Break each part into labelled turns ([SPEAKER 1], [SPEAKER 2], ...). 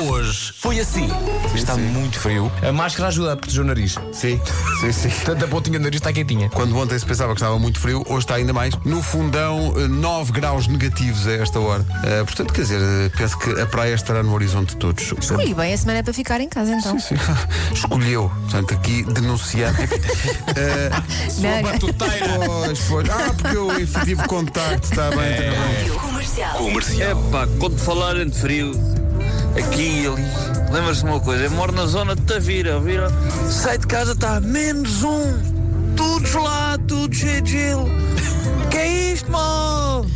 [SPEAKER 1] hoje foi assim. Está muito frio.
[SPEAKER 2] A máscara ajuda a proteger o nariz.
[SPEAKER 3] Sim, sim, sim.
[SPEAKER 2] Tanto a pontinha do nariz está quentinha.
[SPEAKER 3] Quando ontem se pensava que estava muito frio, hoje está ainda mais. No fundão, eh, 9 graus negativos a esta hora. Eh, portanto, quer dizer, eh, penso que a praia estará no horizonte de todos.
[SPEAKER 4] Escolhi bem, a semana é para ficar em casa então.
[SPEAKER 3] Sim. Escolheu, portanto, aqui denunciando. Enfim, eh,
[SPEAKER 4] Não, não.
[SPEAKER 3] pois, pois. Ah, porque eu enfim, tive contacto, está
[SPEAKER 2] É.
[SPEAKER 3] bem, está bem.
[SPEAKER 1] Comercial.
[SPEAKER 5] Epá, quando falarem de frio, aqui e ali, lembra-se de uma coisa, eu moro na zona de Tavira, vira, sai de casa, está menos um, tudo lá, tudo cheio de gelo. Que é isto, mal?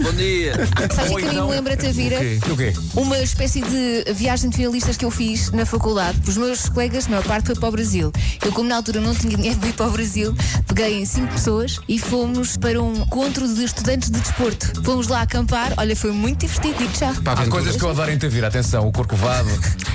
[SPEAKER 5] Bom dia.
[SPEAKER 4] Sabe o que é que me lembra, Tavira?
[SPEAKER 2] O quê?
[SPEAKER 4] Uma espécie de viagem de finalistas que eu fiz na faculdade. Os meus colegas, a maior parte, foi para o Brasil. Eu, como na altura não tinha dinheiro para ir para o Brasil, peguei em cinco pessoas e fomos para um encontro de estudantes de desporto. Fomos lá acampar, olha, foi muito divertido, digo já.
[SPEAKER 2] Há coisas que eu adoro em Tavira. Atenção, o corcovado,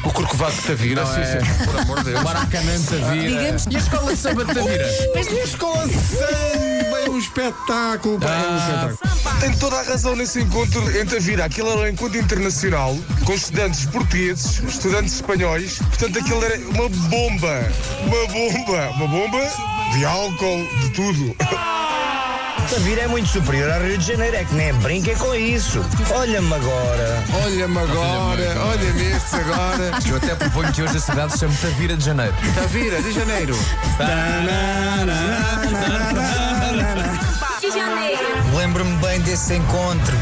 [SPEAKER 3] O Corcovado de Tavira,
[SPEAKER 2] Não
[SPEAKER 3] sim,
[SPEAKER 2] é?
[SPEAKER 3] sim. Por amor de
[SPEAKER 2] o
[SPEAKER 3] Deus.
[SPEAKER 2] maracanã de Tavira.
[SPEAKER 4] Digamos-
[SPEAKER 2] E a escola de é samba de Tavira.
[SPEAKER 4] Mas
[SPEAKER 3] Escola de samba, é um espetáculo, pá,
[SPEAKER 2] Ah,
[SPEAKER 3] é um espetáculo.
[SPEAKER 6] Tem toda a razão nesse encontro em Tavira. Aquilo era um encontro internacional com estudantes portugueses, estudantes espanhóis. Portanto, aquilo era uma bomba. Uma bomba. Uma bomba de álcool, de tudo.
[SPEAKER 7] Tavira é muito superior ao Rio de Janeiro, é que nem brinquem com isso. Olha-me agora.
[SPEAKER 3] Olha-me agora, olha-me estes agora.
[SPEAKER 2] Eu até proponho que hoje a cidade se chame Tavira de Janeiro.
[SPEAKER 3] Tavira, de janeiro.
[SPEAKER 8] Lembro-me bem desse encontro.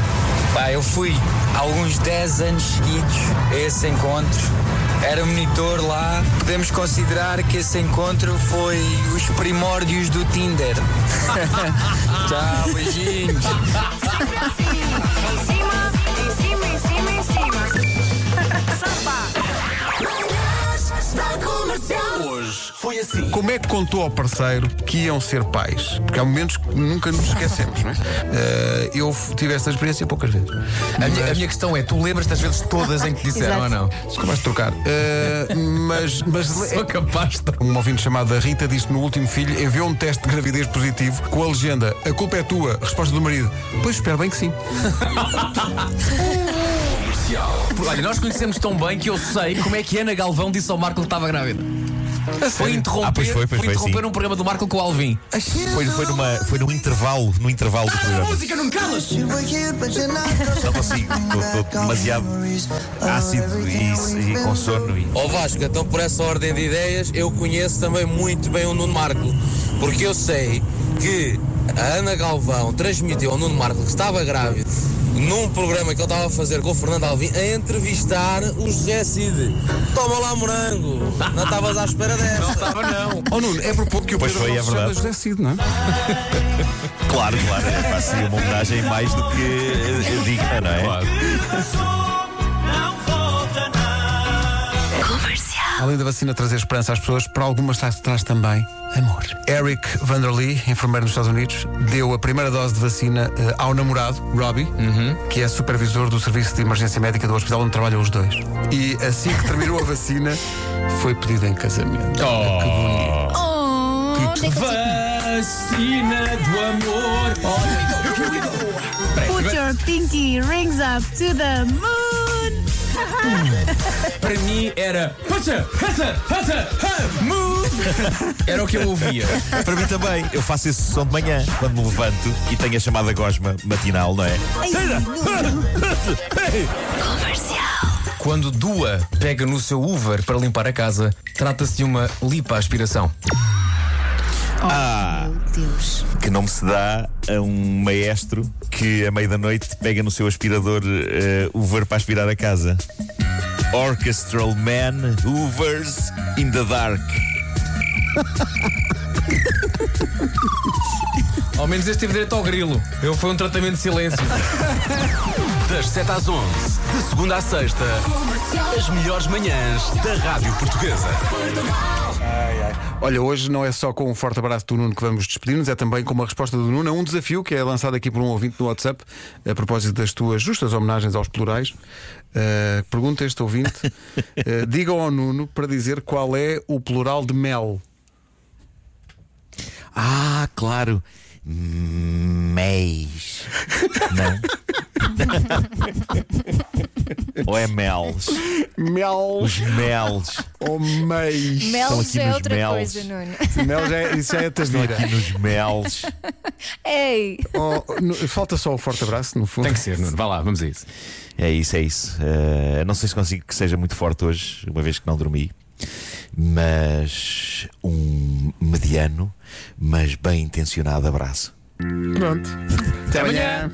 [SPEAKER 8] Pá, eu fui há alguns 10 anos seguidos a esse encontro. Era um monitor lá. Podemos considerar que esse encontro foi os primórdios do Tinder. Tchau, beijinhos.
[SPEAKER 9] Sempre assim, em cima, em cima, em cima, em cima. Samba.
[SPEAKER 1] Hoje foi assim.
[SPEAKER 3] Como é que contou ao parceiro que iam ser pais? Porque há momentos que nunca nos esquecemos, não é? Eh, eu f- tive esta experiência poucas vezes.
[SPEAKER 2] A minha, a minha questão é, tu lembras das vezes todas em que disseram
[SPEAKER 4] Exato.
[SPEAKER 2] ou não?
[SPEAKER 3] Sou capaz de trocar. Eh, mas. mas
[SPEAKER 2] Sou capaz de...
[SPEAKER 3] um ouvinte chamada Rita disse que no último filho enviou um teste de gravidez positivo com a legenda A culpa é tua, resposta do marido. Pois espero bem que sim.
[SPEAKER 2] Olha, nós conhecemos tão bem que eu sei como é que Ana Galvão disse ao Marco que estava grávida. Foi interromper,
[SPEAKER 10] Ah, pois foi, pois
[SPEAKER 2] foi
[SPEAKER 10] foi,
[SPEAKER 2] interromper
[SPEAKER 10] sim.
[SPEAKER 2] um programa do Marco com o Alvin.
[SPEAKER 10] Foi, foi, numa, foi num intervalo, no intervalo do programa.
[SPEAKER 2] música, não calas!
[SPEAKER 10] Não consigo, estou demasiado ácido e, e com sono. E...
[SPEAKER 5] Ó Vasco, então por essa ordem de ideias, eu conheço também muito bem o Nuno Marco, porque eu sei que a Ana Galvão transmitiu ao Nuno Marco que estava grávido num programa que ele estava a fazer com o Fernando Alvim a entrevistar o José Cid. Toma lá morango! Não estavas à espera dessa.
[SPEAKER 2] Estava não.
[SPEAKER 3] Oh Nuno, é por pouco que o
[SPEAKER 10] Pois
[SPEAKER 3] Pedro
[SPEAKER 10] foi,
[SPEAKER 3] não
[SPEAKER 10] é
[SPEAKER 3] se chama
[SPEAKER 10] verdade.
[SPEAKER 3] José Cid, não é?
[SPEAKER 10] Claro, claro, é, pá, seria uma homenagem mais do que eh, digna, não é?
[SPEAKER 3] Além da vacina trazer esperança às pessoas, para algumas tra- traz também amor. Eric Vanderlee, enfermeiro nos Estados Unidos, deu a primeira dose de vacina eh, ao namorado, Robbie,
[SPEAKER 10] Uhum.
[SPEAKER 3] que é supervisor do serviço de emergência médica do hospital onde trabalham os dois. E assim que terminou a vacina, foi pedido em casamento.
[SPEAKER 4] Oh, onde é que eu te-
[SPEAKER 2] Vacina do amor.
[SPEAKER 9] Put your pinky rings up to the moon.
[SPEAKER 2] Para mim era. Passa, passa, passa, ha, move! Era o que eu ouvia.
[SPEAKER 10] Para mim também, eu faço esse som de manhã, quando me levanto e tenho a chamada gosma matinal, não é?
[SPEAKER 2] Quando Dua pega no seu Uber para limpar a casa, trata-se de uma lipa aspiração.
[SPEAKER 10] Ah,
[SPEAKER 4] Meu Deus.
[SPEAKER 10] que não me se dá a um maestro que a meio da noite pega no seu aspirador eh, Uber para aspirar a casa. Orchestral Man Hoovers in the Dark.
[SPEAKER 2] Ao menos este teve direito ao grilo. Eu foi um tratamento de silêncio.
[SPEAKER 1] Das 7 às 11, de segunda à sexta, as melhores manhãs da Rádio Portuguesa.
[SPEAKER 3] Olha, hoje não é só com um forte abraço do Nuno que vamos despedir-nos, é também com uma resposta do Nuno a um desafio que é lançado aqui por um ouvinte no WhatsApp, a propósito das tuas justas homenagens aos plurais. Eh, pergunta este ouvinte: eh, digam ao Nuno para dizer qual é o plural de mel.
[SPEAKER 10] Ah, claro. Mês. Não? Ou é Mels?
[SPEAKER 3] Mel
[SPEAKER 10] Os meles.
[SPEAKER 3] ou meis.
[SPEAKER 10] Estão
[SPEAKER 4] Mel
[SPEAKER 10] aqui
[SPEAKER 4] já é
[SPEAKER 10] nos
[SPEAKER 4] outra
[SPEAKER 10] melos.
[SPEAKER 4] coisa, Nuno.
[SPEAKER 3] Mel já é, isso já é
[SPEAKER 10] Estão
[SPEAKER 3] tavira.
[SPEAKER 10] aqui nos meles.
[SPEAKER 4] Ei!
[SPEAKER 3] Oh, no- falta só o forte abraço, no fundo.
[SPEAKER 2] Tem que ser, Nuno. Vá lá, vamos a isso.
[SPEAKER 10] É isso, é isso. Eh, não sei se consigo que seja muito forte hoje, uma vez que não dormi, mas um mediano, mas bem intencionado abraço.
[SPEAKER 3] Pronto. Até amanhã.